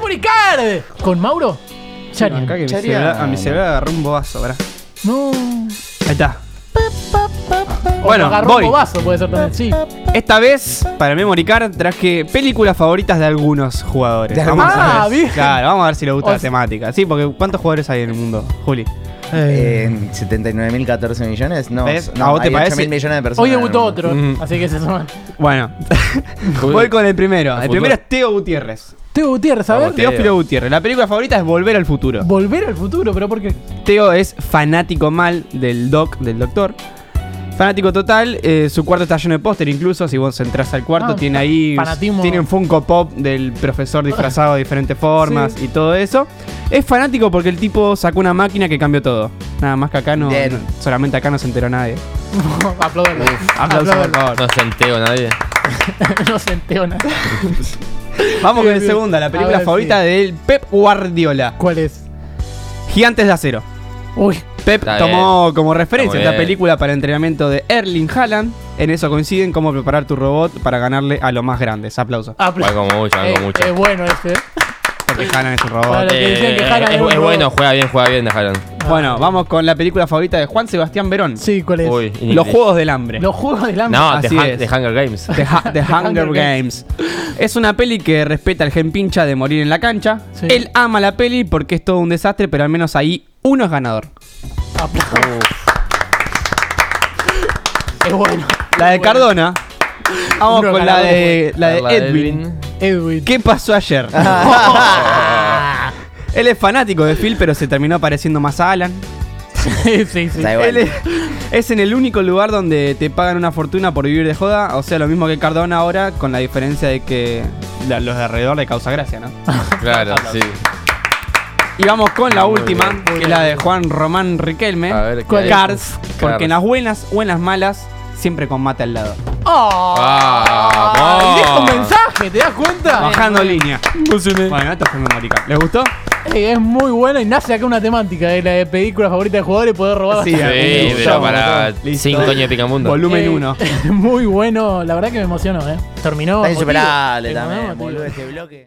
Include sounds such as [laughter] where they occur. Mauricar. ¿Con Mauro? Charian. Acá que mi Charian. celular- a mi celular agarró un bobazo, ¿verdad? No. Ahí está. O Bueno, agarró voy. un bobazo, puede ser también. Sí. Esta vez, para Memory Card, traje películas favoritas de algunos jugadores. De Vamos algunos. a Ah, ver. bien. Claro, vamos a ver si le gusta O la sea- temática. Sí, porque ¿cuántos jugadores hay en el mundo, Juli? Eh, 79.014 millones, no, ¿Ves? no ¿A vos te hay parece? 8.000 millones de personas. Hoy en el debutó mundo. otro, Mm. así que se suman. Bueno, [laughs] voy con el primero. El primero es Teo Gutiérrez. Teo Gutiérrez, a ver. Teófilo Gutiérrez. La película favorita es Volver al Futuro. Volver al futuro, pero ¿por qué? [laughs] Teo es fanático mal del doc, del doctor. Fanático total, eh, su cuarto está lleno de póster incluso, si vos entras al cuarto Ah, tiene ahí fanatismo. tiene un Funko Pop del profesor disfrazado de diferentes formas [laughs] Sí. y todo eso. Es fanático porque el tipo sacó una máquina que cambió todo. Nada más que acá no, Bien. no- solamente acá no se enteró nadie. Aplaudirlo. Aplausos, por favor. No senteo nadie. [laughs] no se entero nada. Vamos con Bien, el bien. segunda, la A película ver, favorita sí. del Pep Guardiola, ¿Cuál es? Gigantes de acero. Uy, Pep Está tomó como referencia Está esta muy bien. película para entrenamiento de Erling Haaland. En eso coinciden cómo preparar tu robot para ganarle a los más grandes. Aplausos. aplauso. Algo mucho, algo Eh, mucho. Eh, eh, bueno este. Porque Haaland es un robot. Vale. lo que decían que Haaland es, era un es robot. bueno, juega bien, juega bien, Haran. Bueno, vamos con la película favorita de Juan Sebastián Verón. Sí, ¿cuál es? Uy, y- Los Juegos del Hambre. Los juegos del hambre. No, de Así Hun- es. de Hunger Games. [laughs] The, Ha- The Hunger Hunger Games. Es una peli que respeta el gen pincha de morir en la cancha. Sí. Él ama la peli porque es todo un desastre, pero al menos ahí uno es ganador. Aplausos. Es bueno. La de Bueno. Cardona. Vamos Uno es con la ganador, de, la de La de Edwin. Edwin. ¿Qué pasó ayer? [laughs] Él es fanático de Phil, pero se terminó pareciendo más a Alan. sí, sí. Está igual. Él es, es en el único lugar donde te pagan una fortuna por vivir de joda, o sea, lo mismo que Cardona ahora, con la diferencia de que la- los de alrededor le causa gracia, [laughs] ¿no? Claro, sí. Y vamos con la Muy última, bien. que es la de Juan Román Riquelme. A ver, ¿qué ¿Cuál hay? Cars, ¿Eh? porque Cars. en las buenas o en las malas, siempre con mate al lado. ¡Oh! Ah. Vamos. Deja un mensaje, ¿te das cuenta? Bajando línea. Bueno, esto fue memórica. ¿Les gustó? Ey, Eh, es muy buena y nace acá una temática, eh, la de película favorita de jugador y poder robar. Sí, Sí, Listo. pero para Listo. 5 años de Picamundo. Volumen Eh, [laughs] 1. muy bueno, la verdad que me emocionó, ¿eh? Terminó. emotivo. Está insuperable Terminó también, emotivo. boludo, este bloque.